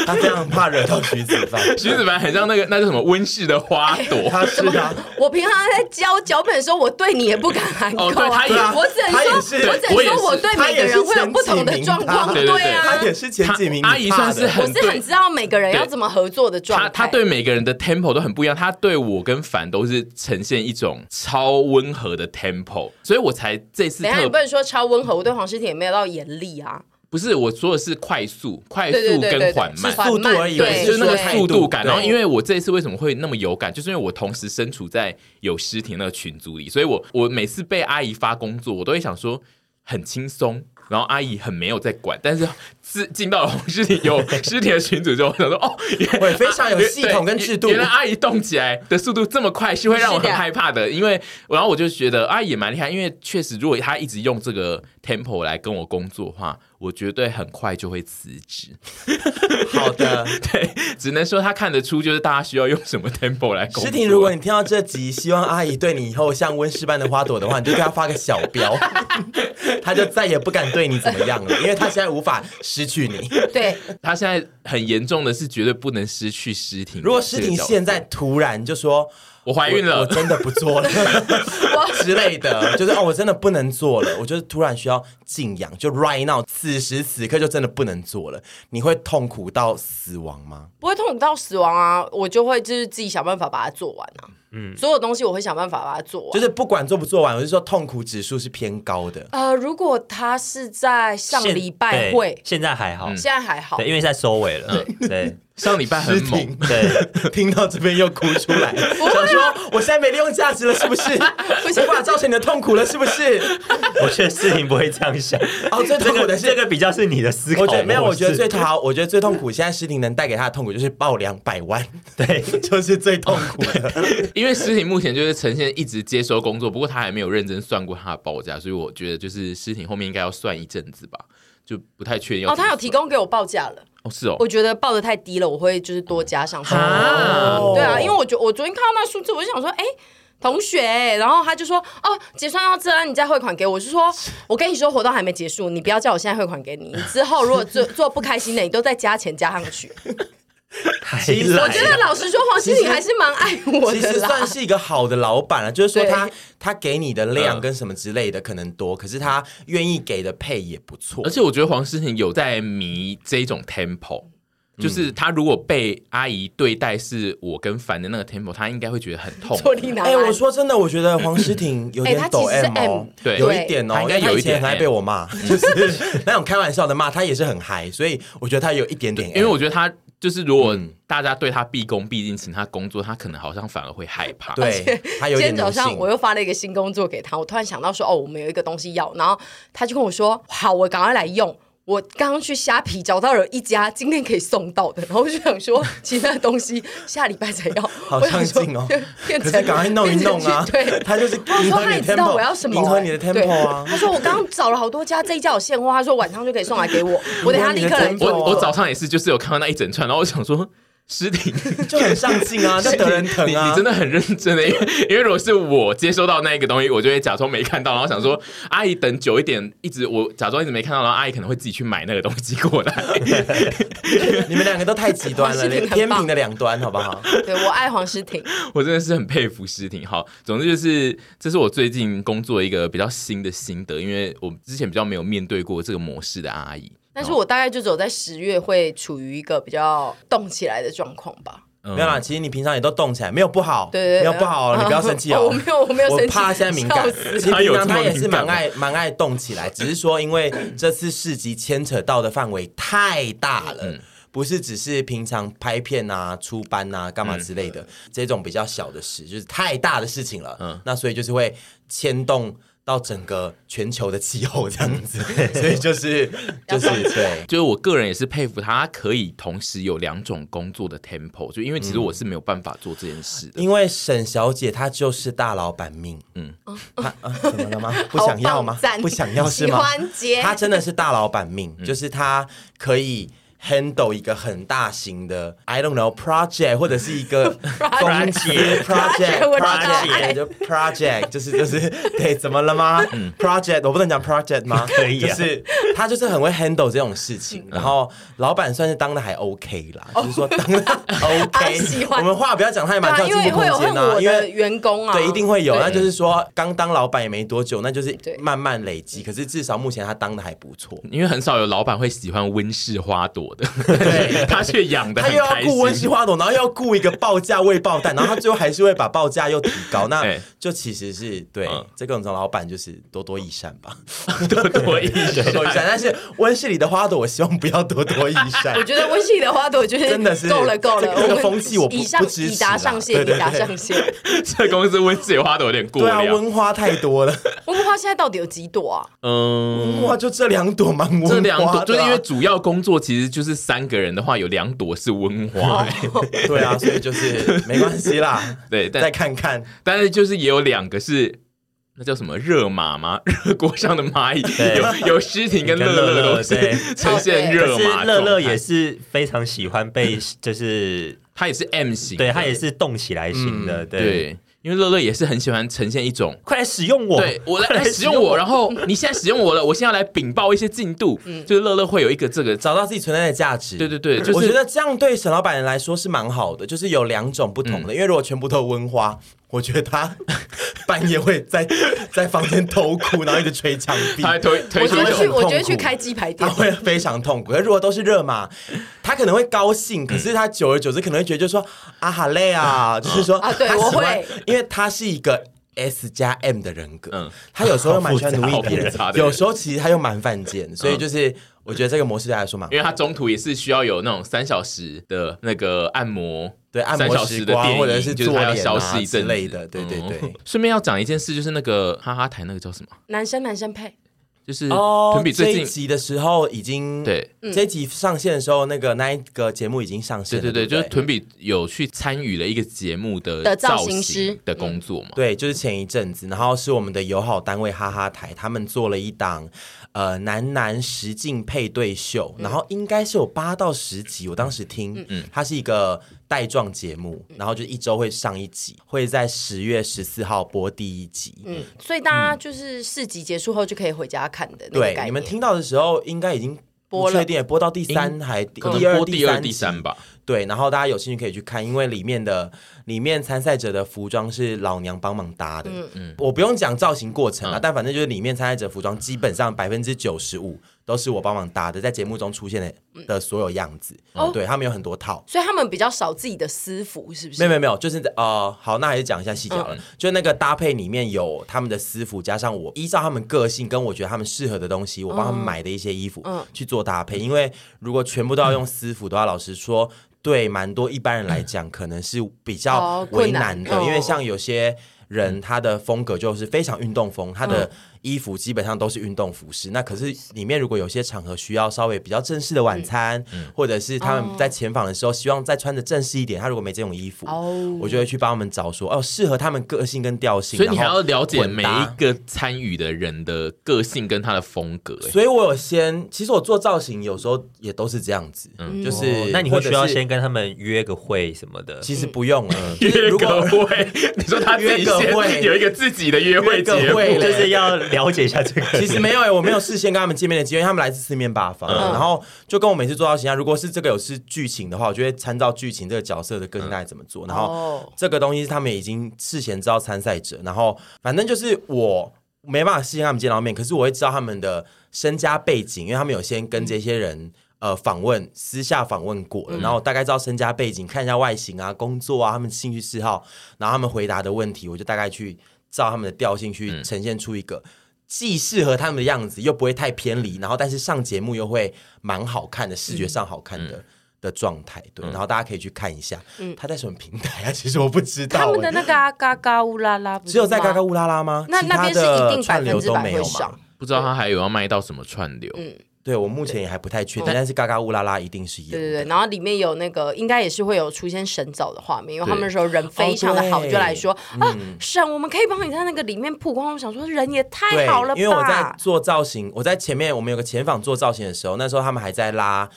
Speaker 2: 他非常怕惹到徐子凡。
Speaker 3: 徐子凡很像那个那叫什么温室的花
Speaker 1: 哎
Speaker 3: 朵，
Speaker 2: 他是啊，
Speaker 1: 我平常在教脚本的时候，我对你也不敢喊口
Speaker 3: 哦对他
Speaker 1: 啊
Speaker 3: 也，
Speaker 1: 我只能
Speaker 2: 他也
Speaker 1: 说，
Speaker 2: 是
Speaker 1: 我只能
Speaker 3: 我也是
Speaker 1: 说我对每个人会有不同的状况，
Speaker 2: 他
Speaker 3: 也是前几
Speaker 1: 对
Speaker 3: 名
Speaker 1: 啊
Speaker 2: 他。也是前几名。
Speaker 3: 他他阿姨算 是
Speaker 1: 我
Speaker 3: 很
Speaker 1: 是很
Speaker 3: 对
Speaker 1: 知。道每个人要怎么合作的状
Speaker 3: 他
Speaker 1: 态。
Speaker 3: 他对每个人的 tempo 都很不一样，他对我跟凡都是呈现一种超温和的 tempo，所以我才这次
Speaker 1: 等一下你
Speaker 3: 特
Speaker 1: 不能说超温和，我对黄诗婷也没有到严厉啊。
Speaker 3: 不是我说的是快速、快
Speaker 1: 对对
Speaker 3: 哎速
Speaker 1: 对
Speaker 3: 跟
Speaker 1: 对，
Speaker 3: 缓慢
Speaker 1: 是，缓
Speaker 2: 速度而已
Speaker 1: 对，
Speaker 3: 就是那个
Speaker 2: 对
Speaker 3: 速度感。
Speaker 2: 对
Speaker 3: 然后，因为我这一次为什么会那么有感，就是因为我同时身处在有诗婷那个群组里，所以我我每次被阿姨发工作，我都会想说很轻松。然后阿姨很没有在管，但是自进到了红诗婷有诗婷的群组之后，我想说哦，原
Speaker 2: 对非 常有系统跟制度
Speaker 3: 对原原来阿姨动起来的速度这么快，是会让我
Speaker 1: 是
Speaker 3: 很
Speaker 1: 的
Speaker 3: 害怕的。因为然后我就觉得啊阿姨也蛮厉害，因为确实如果她一直用这个 tempo 来跟我工作的话，我绝对很快就会辞职。
Speaker 2: 好的。
Speaker 3: 只能说他看得出，就是大家需要用什么 tempo 来工作。
Speaker 2: 诗婷，如果你听到这集，希望阿姨对你以后像温室般的花朵的话，你就对她发个小 标，她就再也不敢对你怎么样了，因为她现在无法失去你。
Speaker 1: 对，
Speaker 3: 他现在很严重的是，绝对不能失去诗婷。
Speaker 2: 如果诗婷现在突然就说
Speaker 3: 我怀孕
Speaker 2: 我，
Speaker 3: 了
Speaker 2: 我，真的不做了
Speaker 1: 我
Speaker 2: 之类的，就是哦，我真的不能做了，我就是突然需要静养，就 right now，此时此刻就真的不能做了，你会痛苦到死亡吗？
Speaker 1: 不会痛苦到死亡啊，我就会就是自己想办法把它做完啊。嗯，所有东西我会想办法把它做完。
Speaker 2: 就是不管做不做完，我是说痛苦指数是偏高的。
Speaker 1: 呃，如果他是在上
Speaker 4: 现
Speaker 1: 礼拜
Speaker 4: 对
Speaker 1: 会，
Speaker 4: 现在还
Speaker 2: 嗯
Speaker 4: 好，
Speaker 1: 现在还好
Speaker 4: 对，。因为现在收尾了， 对
Speaker 3: 上礼拜很猛。
Speaker 4: 对，
Speaker 2: 听到这边又哭出来，想说我现在没利用价值了，是不是？
Speaker 1: 是
Speaker 2: 无法造成你的痛苦了，是不是？
Speaker 4: 我觉得事情不会这 样想。
Speaker 2: 哦，最
Speaker 4: 这
Speaker 2: 痛苦
Speaker 4: 个
Speaker 2: 的是
Speaker 4: 这个比较是你的思考
Speaker 2: 我
Speaker 4: 模
Speaker 2: 觉
Speaker 4: 式，
Speaker 2: 得没有，我觉得最痛好，我觉得最痛苦，现在诗婷能带给他的痛苦就是爆两百万，
Speaker 4: 对，
Speaker 2: 就是最痛苦的。
Speaker 3: 因为诗婷目前就是呈现一直接收工作，不过她还没有认真算过她的报价，所以我觉得就是诗婷后面应该要算一阵子吧，就不太确定要
Speaker 1: 哦，
Speaker 3: 怎么
Speaker 1: 他有
Speaker 3: 算。
Speaker 1: 提供给我报价了，
Speaker 3: 哦，是哦，
Speaker 1: 我觉得报的太低了，我会就是多加上去。
Speaker 3: 啊
Speaker 2: 哦
Speaker 1: 对啊，因为我觉我昨天看到那数字，我就想说，哎、同学，然后他就说，哦，结算到这啊，你再汇款给我。我是说，我跟你说，活动还没结束，你不要叫我现在汇款给你。你之后如果做做不开心的，你都再加钱加上去。
Speaker 4: 太
Speaker 1: 我
Speaker 4: 懒
Speaker 1: 觉得老实说，黄心
Speaker 2: 其
Speaker 1: 凌
Speaker 2: 实
Speaker 1: 还是蛮爱我
Speaker 2: 其
Speaker 1: 的
Speaker 2: 实
Speaker 1: 啦
Speaker 2: 算。是一个好的老板了， 就是说
Speaker 1: 对
Speaker 2: 他他给你的量
Speaker 3: 嗯
Speaker 2: 跟什么之类的可能多，可是他愿意给的配也不错
Speaker 3: 而。且我觉得黄诗婷有在迷这种 tempo，就是
Speaker 2: 嗯
Speaker 3: 她如果被阿姨对待是我跟凡的那个 tempo，她应该会觉得很 痛苦。
Speaker 1: 坐立难
Speaker 2: 哎、
Speaker 1: 安。
Speaker 2: 我说真的，我觉得黄诗婷有点
Speaker 1: 哎她
Speaker 2: 抖
Speaker 1: 其实是
Speaker 2: M
Speaker 1: M，，
Speaker 2: 哦
Speaker 3: 对
Speaker 2: 有一点哦，
Speaker 3: 她应该
Speaker 2: 因为她
Speaker 3: 有一
Speaker 2: 以前
Speaker 3: 点
Speaker 2: 很爱
Speaker 3: M
Speaker 2: 被 我骂，就是那种开玩笑的骂，她也是很嗨，所以我觉得她有一点点 M，
Speaker 3: 因为我觉得她就是如果
Speaker 2: 哎嗯
Speaker 3: 大家对她毕恭毕敬，请她工作，她可能好像反而会害怕。
Speaker 2: 对她有一
Speaker 1: 今天
Speaker 2: 点
Speaker 1: 早
Speaker 2: 奴性
Speaker 1: 上我又发了一个新工作给他，我突然想到说，哦，我们有一个东西要，然后他就跟我说，好，我赶快来用。我刚刚去虾皮找到了一家今天可以送到的，然 后我就想 说，其他东西下礼拜才要，
Speaker 2: 好
Speaker 1: 我想说
Speaker 2: 上进哦
Speaker 1: 变变
Speaker 2: 可
Speaker 1: 成
Speaker 2: 是赶快弄一弄啊
Speaker 1: 变成去！ 对。
Speaker 2: 她就是
Speaker 1: 他
Speaker 2: 迎
Speaker 1: 说
Speaker 2: 合
Speaker 1: 他
Speaker 2: 你
Speaker 1: 也
Speaker 2: 的
Speaker 1: 知道
Speaker 2: tempo，啊
Speaker 1: 我要什么、
Speaker 2: 迎合你的
Speaker 1: 对
Speaker 2: tempo 啊！
Speaker 1: 他说我刚刚找了好多家，这一家有现货，他说晚上就可以送来 给我，我等一下立刻来
Speaker 2: 对
Speaker 1: 做。
Speaker 3: 我我早上也是，就是有看到那一整串，然后我想说。诗婷，
Speaker 2: 就很上进啊，就得人疼
Speaker 3: 你
Speaker 2: 啊！
Speaker 3: 你真的很认真的，因为因为如果是我接收到那一个东西，我就会假装没看到，然后想说阿姨等久一点，一直我假装一直没看到，然后阿姨可能会自己去买那个东西过来。
Speaker 2: 你们两个都太极端了，
Speaker 1: 黄诗婷很棒
Speaker 2: 天平的两端，好不好？
Speaker 1: 对我爱黄诗婷，
Speaker 3: 我真的是很佩服诗婷。好，总之就是这是我最近工作一个比较新的心得，因为我之前比较没有面对过这个模式的阿姨。
Speaker 1: 但是我大概就只有在十月会处于一个比较动起来的状况吧。
Speaker 3: 嗯
Speaker 2: 没有啦，其实你平常也都动起来，没有不好，
Speaker 1: 对对，
Speaker 2: 没有不好，你不要生气哦。
Speaker 1: 我没有，我没有生
Speaker 2: 我
Speaker 1: 气，
Speaker 2: 怕现在敏感
Speaker 1: 笑，死
Speaker 2: 其实
Speaker 3: 他有
Speaker 2: 平
Speaker 3: 这么
Speaker 2: 常他也是
Speaker 3: 敏
Speaker 2: 蛮
Speaker 3: 感吗
Speaker 2: 爱蛮爱动起来，只是说因为这次市集牵扯到的范围太大了。
Speaker 3: 嗯
Speaker 2: 不是只是平常拍片啊、出班啊、干嘛
Speaker 3: 嗯
Speaker 2: 之类的、这种比较小的事，就是太大的事情了。
Speaker 3: 嗯
Speaker 2: 那所以就是会牵动到整个全球的气候这样 子，所以就是就是对，
Speaker 3: 就是我个人也是佩服她，她可以同时有两种工作的 tempo，就因为其实我是没有办法做这件事的。
Speaker 2: 因为沈小姐她就是大老板命，嗯，她啊怎么了吗？不
Speaker 1: 好
Speaker 2: 想要吗
Speaker 1: 棒赞？
Speaker 2: 不想要是
Speaker 1: 喜
Speaker 2: 吗？
Speaker 1: 欢姐，
Speaker 2: 他真的是大老板命，
Speaker 4: 嗯
Speaker 2: 就是他可以 handle 一个很大型的 I don't know project 或者是一 个公司 project
Speaker 1: 我知道
Speaker 2: project 就 project 就是就是 对，怎么了吗？project 我不能讲 project 吗？
Speaker 4: 嗯 可以
Speaker 2: 就
Speaker 4: 啊嗯
Speaker 2: 是他就是很会 handle 这种事情，然后老板算是当的还 OK 啦，就是说 当的
Speaker 1: 啊
Speaker 2: OK，
Speaker 1: 喜欢
Speaker 2: 我们话不要讲太
Speaker 1: 对
Speaker 2: 满，
Speaker 1: 啊，
Speaker 2: 跳
Speaker 1: 因
Speaker 2: 进步
Speaker 1: 为会有
Speaker 2: 空间
Speaker 1: 恨
Speaker 2: 啊，
Speaker 1: 我
Speaker 2: 因
Speaker 1: 的
Speaker 2: 为。
Speaker 1: 员工啊，
Speaker 2: 对，一定会有。
Speaker 1: 对
Speaker 2: 那就是说，刚当老板也没多久，那就是
Speaker 1: 对
Speaker 2: 慢慢累积。可是至少目前他当的还不错。
Speaker 3: 因为很少有老板会喜欢温室花朵的， 他却养的
Speaker 2: 他
Speaker 3: 很
Speaker 2: 又要
Speaker 3: 开
Speaker 2: 顾温室
Speaker 3: 心。
Speaker 2: 花朵，然后又要顾一个报价未爆 弹，然后他最后还是会把报价又提高。那
Speaker 3: 对
Speaker 2: 就其实是对
Speaker 3: 哎嗯
Speaker 2: 这种种老板就是多多益善 吧，
Speaker 3: 多多益善
Speaker 2: 多多益善。但是温室里的花朵，我希望不要多多益善
Speaker 1: 我。觉得温馨的花朵就是
Speaker 2: 真的是
Speaker 1: 够了够了，
Speaker 2: 这个
Speaker 1: 我们
Speaker 2: 风气我不
Speaker 1: 以上
Speaker 2: 不支持
Speaker 1: 以达
Speaker 2: 啦
Speaker 1: 上
Speaker 2: 对
Speaker 1: 限，
Speaker 2: 对
Speaker 1: 以达
Speaker 2: 对
Speaker 1: 上限。
Speaker 3: 这公司温室里花朵有点过
Speaker 2: 对啊，
Speaker 3: 量。
Speaker 2: 温花太多 了，
Speaker 1: 温哥花现在到底有几朵 啊？
Speaker 3: 嗯，
Speaker 2: 温花就这两朵蛮温花的啊
Speaker 3: 这两朵就是因为主要工作其实就是三个人的话，有两朵是温
Speaker 1: 哦
Speaker 3: 花、
Speaker 2: 对啊，所以就是没关系啦，
Speaker 3: 对，但
Speaker 2: 再看看。
Speaker 3: 但是就是也有两个是那叫什么热玛吗？ 热锅上的蚂蚁，有有诗婷跟乐乐都
Speaker 4: 跟乐乐
Speaker 3: 是
Speaker 4: 对哦
Speaker 3: 呈现
Speaker 4: 可
Speaker 3: 热
Speaker 4: 是
Speaker 3: 玛状态。
Speaker 4: 乐乐也是非常喜欢被， 就是
Speaker 3: 他也是 M 型的，
Speaker 4: 对他也是动起来型的，
Speaker 2: 嗯
Speaker 4: 对，
Speaker 3: 对，因为乐乐也是很喜欢呈现一种。
Speaker 4: 快来使用我，
Speaker 3: 对 我来
Speaker 4: 快
Speaker 3: 来使用我，然后你现在使用我了，我现在要来禀报一些进度，
Speaker 1: 嗯
Speaker 3: 就是乐乐会有一个这个，
Speaker 2: 找到自己存在的价值。
Speaker 3: 对对对就是
Speaker 2: 我觉得这样对沈老板来说是蛮好的，就是有两种不
Speaker 3: 嗯
Speaker 2: 同的，因为如果全部都温花。我觉得他 半夜会在在房间偷哭，然后一直捶墙壁
Speaker 3: 他，还推
Speaker 1: 我
Speaker 3: 推出
Speaker 1: 觉
Speaker 2: 就
Speaker 1: 得
Speaker 2: 会
Speaker 1: 去，
Speaker 2: 很
Speaker 1: 我觉得
Speaker 2: 痛
Speaker 1: 去
Speaker 2: 苦
Speaker 1: 开鸡排
Speaker 2: 他
Speaker 1: 店。
Speaker 2: 会非常痛苦。可是如果都是热玛，他可能会高兴，可
Speaker 3: 嗯
Speaker 2: 是他久而久之可能会觉得就说啊好累啊，就是说
Speaker 1: 啊对
Speaker 2: 他喜欢
Speaker 1: 我会
Speaker 2: 因为他是一个 S 加 M 的人格，
Speaker 3: 嗯
Speaker 2: 他有时候又蛮喜欢奴役别
Speaker 3: 好复
Speaker 2: 人
Speaker 3: 杂好复杂，的人嗯
Speaker 2: 有时候其实他又蛮犯贱，所以就是我觉得这个模式对他来说蛮好的
Speaker 3: 因为他中途也是需要有那种三小时的那个按摩，
Speaker 2: 对按摩
Speaker 3: 三小
Speaker 2: 时
Speaker 3: 时的
Speaker 2: 光
Speaker 3: 电影，
Speaker 2: 或者是
Speaker 3: 就是
Speaker 2: 做
Speaker 3: 他要
Speaker 2: 脸
Speaker 3: 消
Speaker 2: 啊
Speaker 3: 失一
Speaker 2: 之
Speaker 3: 阵
Speaker 2: 类
Speaker 3: 子嗯
Speaker 2: 的对对对
Speaker 3: 顺便要讲一件事，就是那个哈哈台那个叫什么，
Speaker 1: 男生男生配，
Speaker 3: 就是
Speaker 2: 哦，
Speaker 3: 屯比最
Speaker 2: 这
Speaker 3: 近
Speaker 2: 一集的时候已经
Speaker 3: 对，
Speaker 1: 嗯
Speaker 2: 这一集上线的时候，那个那一个节目已经上线
Speaker 3: 对
Speaker 2: 了，
Speaker 3: 对对，
Speaker 2: 不
Speaker 3: 就是屯比有去参与了一个节目的
Speaker 1: 的造型
Speaker 3: 型
Speaker 1: 师
Speaker 3: 的工作嘛，
Speaker 2: 对，就是前一阵子，然后是我们的友好单位哈哈台，他们做了一档呃男男实境配对秀，
Speaker 1: 嗯
Speaker 2: 然后应该是有八到十集，我当时听，嗯，它是一个带状节目，
Speaker 1: 嗯
Speaker 2: 然后就一周会上一集，会在十月十四号播第一集，嗯，
Speaker 1: 所以大家就是市集结束后就可以回家看的那个概
Speaker 2: 对
Speaker 1: 念。，
Speaker 2: 你们听到的时候应该已经。
Speaker 1: 播
Speaker 2: 不
Speaker 1: 了
Speaker 2: 确定也播到第三还第
Speaker 3: 可能
Speaker 2: 二、
Speaker 3: 播第二、
Speaker 2: 集
Speaker 3: 第三吧。
Speaker 2: 对，然后大家有兴趣可以去看，因为里面的里面参赛者的服装是老娘帮忙搭的。嗯嗯，我不用讲造型过程啊，但反正就是里面参赛者服装基本上百分之九十五都是我帮忙搭的，在节目中出现的的所有样子。对他们有很多套。
Speaker 1: 所以他们比较少自己的私服，是不嗯是？
Speaker 2: 没有没有没有，就是呃，好，那还是讲一下细节好了。就那个搭配里面有他们的私服，加上我依照他们个性跟我觉得他们适合的东西，我帮他们买的一些衣服、
Speaker 1: 嗯
Speaker 2: 去做搭配。因为如果全部都要用私服的话，老实说，对蛮多一般人来讲，可能是比较
Speaker 1: 哦困
Speaker 2: 为
Speaker 1: 难
Speaker 2: 难的，
Speaker 1: 哦
Speaker 2: 因为像有些。
Speaker 3: 嗯
Speaker 2: 人他的风格就是非常运动风，他的衣服基本上都是运动服饰。那可是里面如果有些场合需要稍微比较正式的晚餐，
Speaker 3: 嗯
Speaker 2: 或者是他们在前访的时候希望再穿的正式一点，他如果没这种衣服，
Speaker 1: 哦
Speaker 2: 我就会去帮他们找说哦适合他们个性跟调性。
Speaker 3: 所以你还
Speaker 2: 然后
Speaker 3: 要了解
Speaker 2: 混
Speaker 3: 每
Speaker 2: 搭
Speaker 3: 一个参与的人的个性跟他的风格、欸
Speaker 2: 所以我有先，其实我做造型有时候也都是这样子，
Speaker 3: 嗯
Speaker 2: 就是、
Speaker 4: 哦那你会需要
Speaker 2: 或者是
Speaker 4: 先跟他们约个会什么的？
Speaker 2: 其实不用 了，就是如果
Speaker 3: 会，你说他
Speaker 2: 约个会
Speaker 3: 一个自己的约
Speaker 2: 约个会
Speaker 4: 就
Speaker 2: 嘞
Speaker 4: 是要了解一下这个。
Speaker 2: 其实没有哎、我没有事先跟他们见面的机会，因为他们来自四面八方，然后就跟我每次做造型一样。如果是这个有是剧情的话，我就会参照剧情这个角色的个性大概怎么做，然
Speaker 1: 哦
Speaker 2: 后这个东西是他们已经事先知道参赛者，然后反正就是我。没办法事先跟他们见到面，可是我会知道他们的身家背景，因为他们有先跟这些人、呃访问，私下访问过了，然后我大概知道身家背景，看一下外形啊、工作啊、他们兴趣嗜好，然后他们回答的问题，我就大概去照他们的调性去呈现出一个。既适合他们的样子，又不会太偏离，然后但是上节目又会蛮好看的，视觉上好看的、的状态，对。然后大家可以去看一下，他在什么平台啊？其实我不知道欸、
Speaker 1: 嗯他们的那个啊嘎嘎乌拉拉，不是
Speaker 2: 只有在
Speaker 1: 吗
Speaker 2: 嘎嘎乌拉拉吗？
Speaker 1: 那
Speaker 2: 其
Speaker 1: 那
Speaker 2: 他
Speaker 1: 边是
Speaker 2: 的
Speaker 1: 一定百
Speaker 2: 串
Speaker 1: 分
Speaker 2: 流
Speaker 1: 之
Speaker 2: 都
Speaker 1: 百
Speaker 2: 没
Speaker 1: 会
Speaker 2: 有吗
Speaker 1: 上？。
Speaker 3: 不知道他还有要卖到什么串流，
Speaker 1: 嗯
Speaker 2: 对我目前也还不太确定，但是嘎嘎乌拉拉一定是有。
Speaker 1: 对对对，然后里面有那个应该也是会有出现神早的画面，因为他们那时候人非常的好，
Speaker 2: 哦对嗯
Speaker 1: 就来说啊，神，我们可以帮你在那个里面曝光。我想说人也太
Speaker 2: 对
Speaker 1: 好了吧，
Speaker 2: 因为我在做造型，我在前面我们有个前访做造型的时候，那时候他们还在拉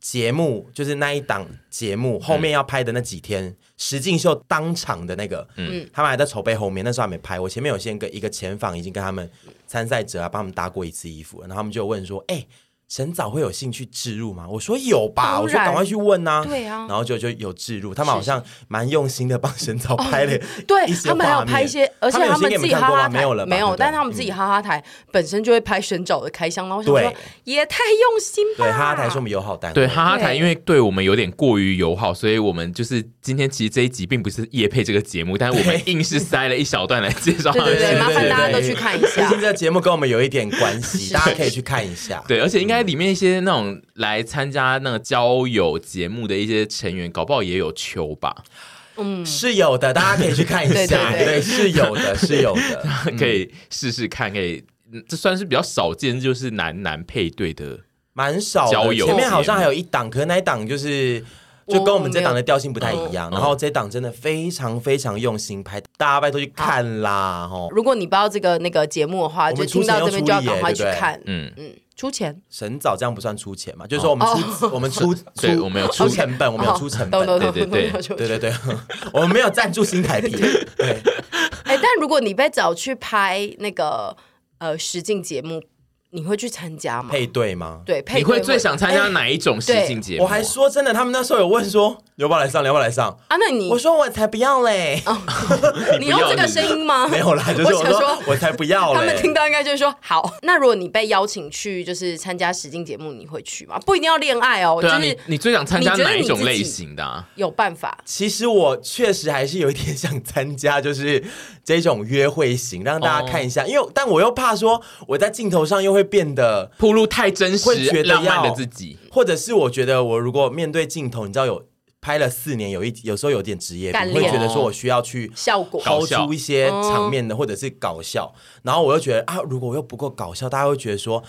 Speaker 2: 节目，就是那一档节目后面要拍的那几天，实境秀当场的那个，嗯，他们还在筹备后面，那时候还没拍。我前面有先跟一个前访已经跟他们参赛者啊帮他们搭过一次衣服了，然后他们就问说，哎、晨早会有兴趣置入吗？我说有吧，
Speaker 1: 当然
Speaker 2: 我说赶快去问呐、
Speaker 1: 对啊
Speaker 2: 然后就就有置入，他们好像蛮用心的帮晨早拍了、
Speaker 1: 对
Speaker 2: 一些
Speaker 1: 他们还有
Speaker 2: 画面
Speaker 1: 拍一些，而且
Speaker 2: 他们有
Speaker 1: 们
Speaker 2: 先给
Speaker 1: 自
Speaker 2: 你
Speaker 1: 己
Speaker 2: 们
Speaker 1: 哈
Speaker 2: 看过
Speaker 1: 哈
Speaker 2: 吗
Speaker 1: 台
Speaker 2: 没有了吧
Speaker 1: 没
Speaker 2: 对
Speaker 1: 有，
Speaker 2: 不对嗯
Speaker 1: 但是他们自己哈哈台本身就会拍选角的开箱，然后我想说
Speaker 2: 对
Speaker 1: 也太用心吧。
Speaker 2: 对，哈哈台是我们友好单位，
Speaker 3: 对哈哈台，
Speaker 1: 对
Speaker 3: 因为对我们有点过于友好，所以我们就是今天其实这一集并不是夜配这个节目，但是我们硬是塞了一小段来介绍他
Speaker 1: 对
Speaker 3: 们
Speaker 1: 对
Speaker 3: 的
Speaker 1: 对，
Speaker 2: 对
Speaker 1: 麻烦
Speaker 2: 对
Speaker 1: 大家都
Speaker 2: 对
Speaker 1: 去看一
Speaker 2: 毕
Speaker 1: 下。
Speaker 2: 竟这个节目跟我们有一点关系，
Speaker 1: 是
Speaker 2: 大家可以去看一下。
Speaker 3: 对，而且应该里面一些那种来参加那个交友节目的一些成员，搞不好也有秋吧，
Speaker 2: 是有的，大家可以去看一
Speaker 1: 嗯对对
Speaker 2: 下。
Speaker 1: 对
Speaker 2: 对，是有的，是有 的。
Speaker 1: 嗯
Speaker 3: 可以试试看，可以，嗯这算是比较少见，就是男男配对的。
Speaker 2: 蛮少的
Speaker 3: 交友
Speaker 2: 前面好像还有一档，可能那一档就是。就跟我们这档的调性不太一
Speaker 1: 嗯
Speaker 2: 样，然后这档真的非常非常用心拍，大家拜托去看啦！吼，
Speaker 1: 如果你不知道这个那个节目的话，
Speaker 2: 我
Speaker 1: 就
Speaker 2: 们
Speaker 1: 听到这边就要
Speaker 2: 出钱要出力
Speaker 1: 赶
Speaker 2: 耶
Speaker 1: 快去
Speaker 2: 对不对
Speaker 1: 看。
Speaker 3: 嗯
Speaker 1: 嗯，出钱，
Speaker 2: 神早这样不算出钱嘛，就是说我们出我们出
Speaker 3: 对
Speaker 2: 出
Speaker 3: 我们有出
Speaker 2: 成本，我们有出成
Speaker 1: 哦懂
Speaker 2: 本，
Speaker 1: 哦懂
Speaker 2: 对
Speaker 1: 懂
Speaker 3: 对
Speaker 1: 懂懂。
Speaker 3: 对
Speaker 1: 懂
Speaker 2: 对对对， 我们没有赞助新台币，对，
Speaker 1: 哎，但如果你被找去拍那个呃实境节目，你会去参加吗？
Speaker 2: 配对吗？
Speaker 1: 对，配
Speaker 3: 你会
Speaker 1: 对哎
Speaker 3: 最想参加哪一种实境节目？
Speaker 1: 啊
Speaker 2: 我还说真的，他们那时候有问说要不要来上，要不要来上，
Speaker 1: 啊？那你
Speaker 2: 我说我才不要嘞，
Speaker 1: 你用这个声音吗？
Speaker 2: 没有啦，就是
Speaker 1: 哦我
Speaker 2: 我
Speaker 1: 想
Speaker 2: 说
Speaker 1: 说。
Speaker 2: 我才不要嘞。
Speaker 1: 他们听到应该就会说好。那如果你被邀请去，就是参加实境节目，你会去吗？不一定要恋爱哦，
Speaker 3: 对啊，
Speaker 1: 就是
Speaker 3: 你你最想参加
Speaker 1: 你觉得
Speaker 3: 哪一
Speaker 1: 你
Speaker 3: 种
Speaker 1: 自己
Speaker 3: 类型的、啊？
Speaker 1: 有办法。
Speaker 2: 其实我确实还是有一点想参加，就是这种约会型，让
Speaker 1: 哦
Speaker 2: 大家看一下。因为但我又怕说我在镜头上又会变得，
Speaker 3: 铺路太真实
Speaker 2: 会觉、得
Speaker 3: 浪漫的
Speaker 2: 要
Speaker 3: 自己，
Speaker 2: 或者是我觉得我如果面对镜头，你知道有拍了四年，有一有时候有点职业
Speaker 1: 干
Speaker 2: 病，会
Speaker 1: 练
Speaker 2: 觉得说我需要去
Speaker 1: 效果
Speaker 3: 搞
Speaker 2: 抛
Speaker 3: 笑
Speaker 2: 出一些场面的或者是搞笑，哦然后我又觉得啊，如果我又不够搞笑，大家会觉得说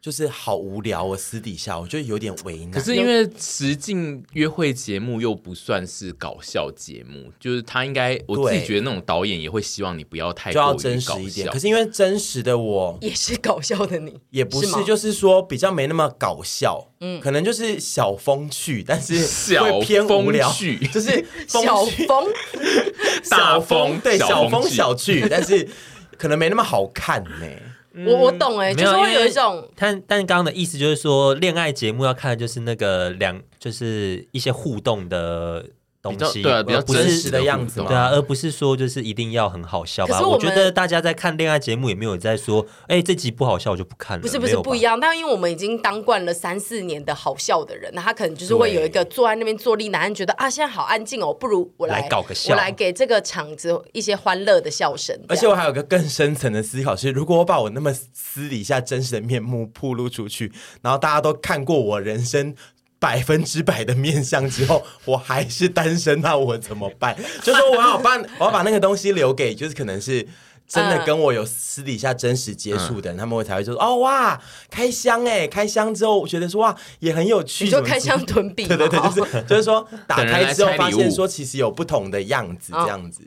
Speaker 2: 就是好无聊。我私底下我就有点为难。
Speaker 3: 可是因为实境约会节目又不算是搞笑节目，就是他应该我自己
Speaker 2: 对
Speaker 3: 觉得那种导演也会希望你不要太
Speaker 2: 就
Speaker 3: 过
Speaker 2: 要
Speaker 3: 于
Speaker 2: 真实
Speaker 3: 搞
Speaker 2: 一点，
Speaker 3: 笑
Speaker 2: 可是因为真实的我
Speaker 1: 也是搞笑的你，
Speaker 2: 也不是，
Speaker 1: 吗
Speaker 2: 就是说比较没那么搞笑，嗯，可能就是小风趣，但是
Speaker 3: 小
Speaker 2: 会偏无聊
Speaker 3: 风趣
Speaker 2: 就是风
Speaker 1: 小
Speaker 2: 趣
Speaker 1: 风
Speaker 3: 大
Speaker 2: 小
Speaker 3: 风
Speaker 2: 对
Speaker 3: 小
Speaker 2: 小
Speaker 3: 风
Speaker 2: 风
Speaker 3: 趣
Speaker 2: 小趣，但是可能没那么好看呢、
Speaker 1: 我我懂哎、
Speaker 4: 没
Speaker 1: 就是
Speaker 4: 有
Speaker 1: 会
Speaker 4: 因为
Speaker 1: 有一种
Speaker 4: 但但刚刚的意思就是说，恋爱节目要看的就是那个两，就是一些互动的东
Speaker 3: 比较
Speaker 4: 西，
Speaker 3: 对啊，比较
Speaker 4: 而不
Speaker 2: 是
Speaker 3: 真实
Speaker 2: 的样
Speaker 3: 互
Speaker 2: 子
Speaker 3: 动
Speaker 2: 嘛
Speaker 4: 对啊，而不是说就是一定要很好笑
Speaker 1: 可
Speaker 4: 吧？
Speaker 1: 是我
Speaker 4: 我觉
Speaker 1: 们
Speaker 4: 得大家在看恋爱节目也没有在说，哎、这集不好笑我就不看了。
Speaker 1: 不是不
Speaker 4: 没
Speaker 1: 是
Speaker 4: 有吧
Speaker 1: 不一，样，但因为我们已经当惯了三四年的好笑的人，那他可能就是会有一个坐在那边坐立难安，觉得啊现在好安静哦，不如我来
Speaker 4: 来搞个笑
Speaker 1: 我来给这个场子一些欢乐的笑声。
Speaker 2: 而
Speaker 1: 这
Speaker 2: 且
Speaker 1: 样
Speaker 2: 我还有个更深层的思考是，如果我把我那么私底下真实的面目暴露出去，然后大家都看过我人生。百分之百的面相之后，我还是单身，那我怎么办？就说我要把 我要把那个东西留给，就是可能是真的
Speaker 3: 嗯
Speaker 2: 跟我有私底下真实接触的人，他们会才会就说哦哇，开箱哎、开箱之后我觉得说哇也很有趣，
Speaker 1: 你说
Speaker 2: 什么
Speaker 1: 开
Speaker 2: 之
Speaker 1: 箱囤笔
Speaker 2: 对
Speaker 1: 吗，
Speaker 2: 对 对，就是就是说打
Speaker 3: 等人来
Speaker 2: 开之后
Speaker 3: 拆
Speaker 2: 发
Speaker 3: 礼
Speaker 2: 现
Speaker 3: 物
Speaker 2: 说其实有不同的样子，这样子，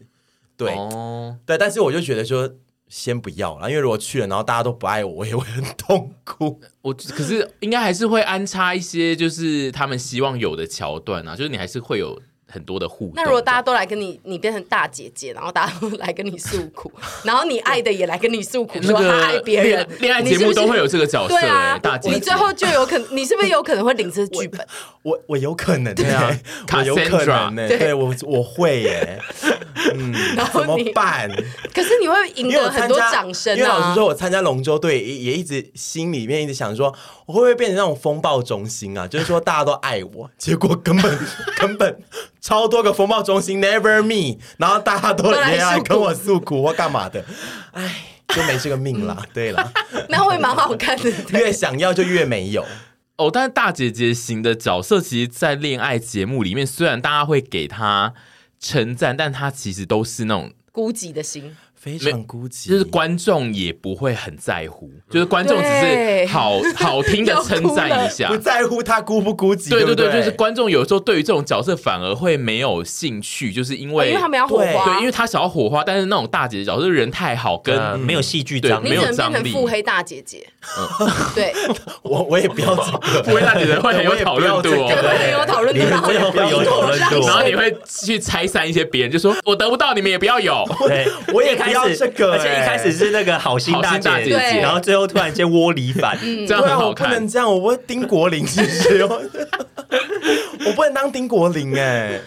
Speaker 2: 对，
Speaker 3: 哦，
Speaker 2: 对，但是我就觉得说先不要了，因为如果去了，然后大家都不爱我，我也会很痛苦。
Speaker 3: 我可是应该还是会安插一些，就是他们希望有的桥段啊，就是你还是会有很多的互动。
Speaker 1: 那如果大家都来跟你，你变成大姐姐，然后大家都来跟你诉苦，然后你爱的也来跟你诉苦，
Speaker 3: 那
Speaker 1: 说他爱
Speaker 3: 个
Speaker 1: 别人，
Speaker 3: 恋恋爱
Speaker 1: 你是
Speaker 3: 节
Speaker 1: 不
Speaker 3: 目
Speaker 1: 是
Speaker 3: 都会有这个角色、
Speaker 1: 对啊
Speaker 3: 欸，大姐姐，
Speaker 1: 你最后就有可能，你是不是有可能会领这剧本？
Speaker 2: 我我有可能、欸，对
Speaker 3: 啊
Speaker 2: 我有可
Speaker 3: Cassandra
Speaker 2: 能呢、对我我会耶、嗯，
Speaker 1: 然后
Speaker 2: 怎么
Speaker 1: 你
Speaker 2: 办？
Speaker 1: 可是你会赢
Speaker 2: 因为我
Speaker 1: 得很
Speaker 2: 参
Speaker 1: 多
Speaker 2: 加，
Speaker 1: 掌声
Speaker 2: 因为老
Speaker 1: 啊
Speaker 2: 实！说，我参加龙舟队也也一直心里面一直想说，我会不会变成那种风暴中心啊？就是说大家都爱我，结果根本 根本超多个风暴中心 never me，然后大家都
Speaker 1: 都来
Speaker 2: 也来
Speaker 1: 诉苦
Speaker 2: 跟我诉苦或干嘛的，哎，就没这个 命啦。对啦。
Speaker 1: 那会蛮好看的。
Speaker 2: 越想要就越没有。
Speaker 3: 哦，但是大姐姐型的角色，其实，在恋爱节目里面，虽然大家会给她称赞，但她其实都是那种，
Speaker 1: 孤寂的心，
Speaker 2: 非
Speaker 3: 常
Speaker 2: 孤寂
Speaker 3: 就是观众也不会很在乎，就是观众只
Speaker 1: 对
Speaker 3: 是好好听的称赞一下
Speaker 2: 不。在乎他孤不孤寂，
Speaker 3: 对
Speaker 2: 对
Speaker 3: 对
Speaker 2: 不
Speaker 3: 就是观众有时候对于这种角色反而会没有兴趣，就是因
Speaker 1: 哦
Speaker 3: 为
Speaker 1: 因为他们要火花，
Speaker 3: 对，因为他想要火花，但是那种大姐姐角色人太好，跟、
Speaker 4: 呃
Speaker 2: 嗯
Speaker 4: 没有戏剧
Speaker 3: 嗯对
Speaker 4: 张
Speaker 1: 你
Speaker 4: 力
Speaker 3: 没有
Speaker 1: 只能变
Speaker 3: 张
Speaker 1: 成
Speaker 3: 力
Speaker 1: 腹黑大姐姐。 对，
Speaker 2: 我我也不要这个，
Speaker 3: 不会大姐姐会很有讨论度
Speaker 2: 对我也
Speaker 1: 就
Speaker 2: 不
Speaker 1: 会
Speaker 2: 要
Speaker 3: 哦。
Speaker 1: 很有讨论度，然后
Speaker 3: 然后
Speaker 4: 你会有讨论度
Speaker 3: 你会去拆散一些别人，就说我得不到，你们也不要 有。
Speaker 4: 对，
Speaker 2: 我也
Speaker 4: 一开
Speaker 2: 不要
Speaker 4: 始
Speaker 2: 这个
Speaker 4: 而且
Speaker 2: 欸
Speaker 4: 一开始是那个好心
Speaker 3: 好
Speaker 4: 大
Speaker 3: 心大姐
Speaker 1: 姐对嗯
Speaker 4: 然后最后突然间窝里反，
Speaker 3: 这
Speaker 2: 对
Speaker 3: 样很
Speaker 2: 啊，
Speaker 3: 好
Speaker 2: 我不
Speaker 3: 看
Speaker 2: 能。这样，我不会丁国林是不是？ 我不能当丁国林哎，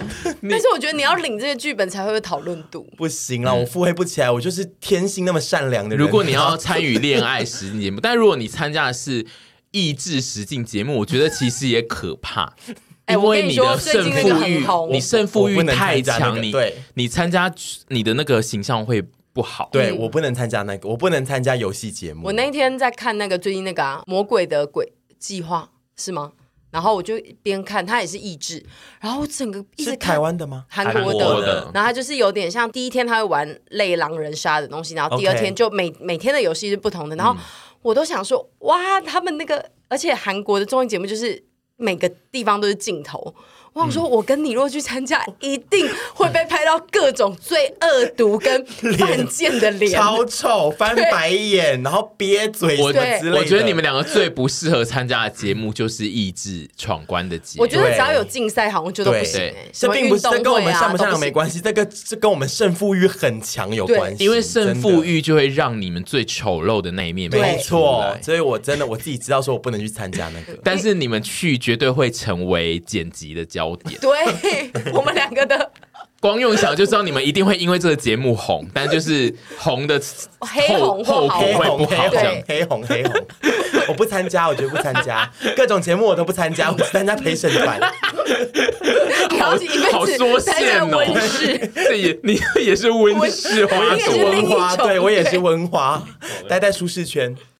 Speaker 1: 但是我觉得你要领这些剧本才会有讨论度。
Speaker 2: 不行啦，我腹黑不起来，我就是天性那么善良的人。
Speaker 3: 嗯 如果你要参与恋爱实境节目，但如果你参加的是益智实境节目，我觉得其实也可怕。
Speaker 1: 哎
Speaker 3: 因
Speaker 1: 我跟
Speaker 3: 为
Speaker 1: 你
Speaker 3: 你
Speaker 1: 说
Speaker 3: 的
Speaker 1: 最
Speaker 3: 胜
Speaker 1: 近那
Speaker 3: 负
Speaker 1: 个很
Speaker 3: 欲
Speaker 1: 红，
Speaker 3: 你胜负
Speaker 2: 我
Speaker 3: 欲
Speaker 2: 不能
Speaker 3: 太
Speaker 2: 参加那个
Speaker 3: 强，你
Speaker 2: 对
Speaker 3: 你参加你的那个形象会不好。
Speaker 2: 对我不能参加那个，我不能参加游戏节目。
Speaker 1: 我那一天在看那个最近那个啊，《魔鬼的鬼计划》是吗？然后我就边看，它也是益智，然后我整个一直
Speaker 2: 是
Speaker 1: 看
Speaker 2: 台湾的吗？
Speaker 1: 韩
Speaker 3: 韩
Speaker 1: 国
Speaker 3: 国
Speaker 1: 的。
Speaker 3: 的
Speaker 1: 然后它就是有点像第一天他会玩类狼人杀的东西，然后第二
Speaker 2: OK
Speaker 1: 天就每每天的游戏是不同的。然后我都想说，哇，他们那个，而且韩国的综艺节目就是每个地方都是镜头。我想说，我跟你若去参加，一定会被拍到各种最恶毒跟 犯贱的脸。
Speaker 2: 超丑，翻白眼，然后憋嘴什
Speaker 3: 我
Speaker 2: 么之类的。
Speaker 3: 我觉得你们两个最不适合参加的节目就是益智闯关的节目。
Speaker 1: 我觉得
Speaker 2: 对
Speaker 1: 只要有竞赛，好像就都不
Speaker 2: 对
Speaker 1: 行、
Speaker 3: 对
Speaker 1: 欸。什
Speaker 2: 这
Speaker 1: 么
Speaker 2: 并不
Speaker 1: 运
Speaker 2: 是这
Speaker 1: 动
Speaker 2: 跟我
Speaker 1: 会
Speaker 2: 们
Speaker 1: 啊，
Speaker 2: 善不善
Speaker 1: 都
Speaker 2: 良
Speaker 1: 不
Speaker 2: 没
Speaker 1: 行
Speaker 2: 关系，这个这跟我们胜负欲很强有
Speaker 1: 对
Speaker 2: 关系，
Speaker 3: 因为胜负
Speaker 2: 真
Speaker 3: 欲就会让你们最丑陋的那一面
Speaker 2: 的。
Speaker 1: 对
Speaker 2: 没
Speaker 3: 被
Speaker 2: 错，哦所以我真的我自己知道，说我不能去参加那个。
Speaker 3: 但是你们去绝对会成为剪辑的焦点。
Speaker 1: 对我们两 个的
Speaker 3: 光用想就知道你们一定会因为这个节目 红，但就是红的
Speaker 1: 黑红或
Speaker 3: 后后
Speaker 1: 好
Speaker 3: 果
Speaker 2: 黑
Speaker 3: 会
Speaker 2: 红
Speaker 3: 不
Speaker 2: 黑
Speaker 3: 好这样
Speaker 2: 红。黑红黑红，我不参加，我绝不参加，各种节目我都不参加，我只参加陪审团。
Speaker 1: 然后一
Speaker 3: 好
Speaker 1: 辈
Speaker 3: 缩
Speaker 1: 子待在
Speaker 3: 限哦
Speaker 1: 温室。，
Speaker 3: 这也你也是温室花
Speaker 1: 我也是
Speaker 3: 朵
Speaker 1: 另一
Speaker 2: 温 花，
Speaker 1: 种
Speaker 2: 对我也是
Speaker 1: 对
Speaker 2: 温花，待在舒适圈。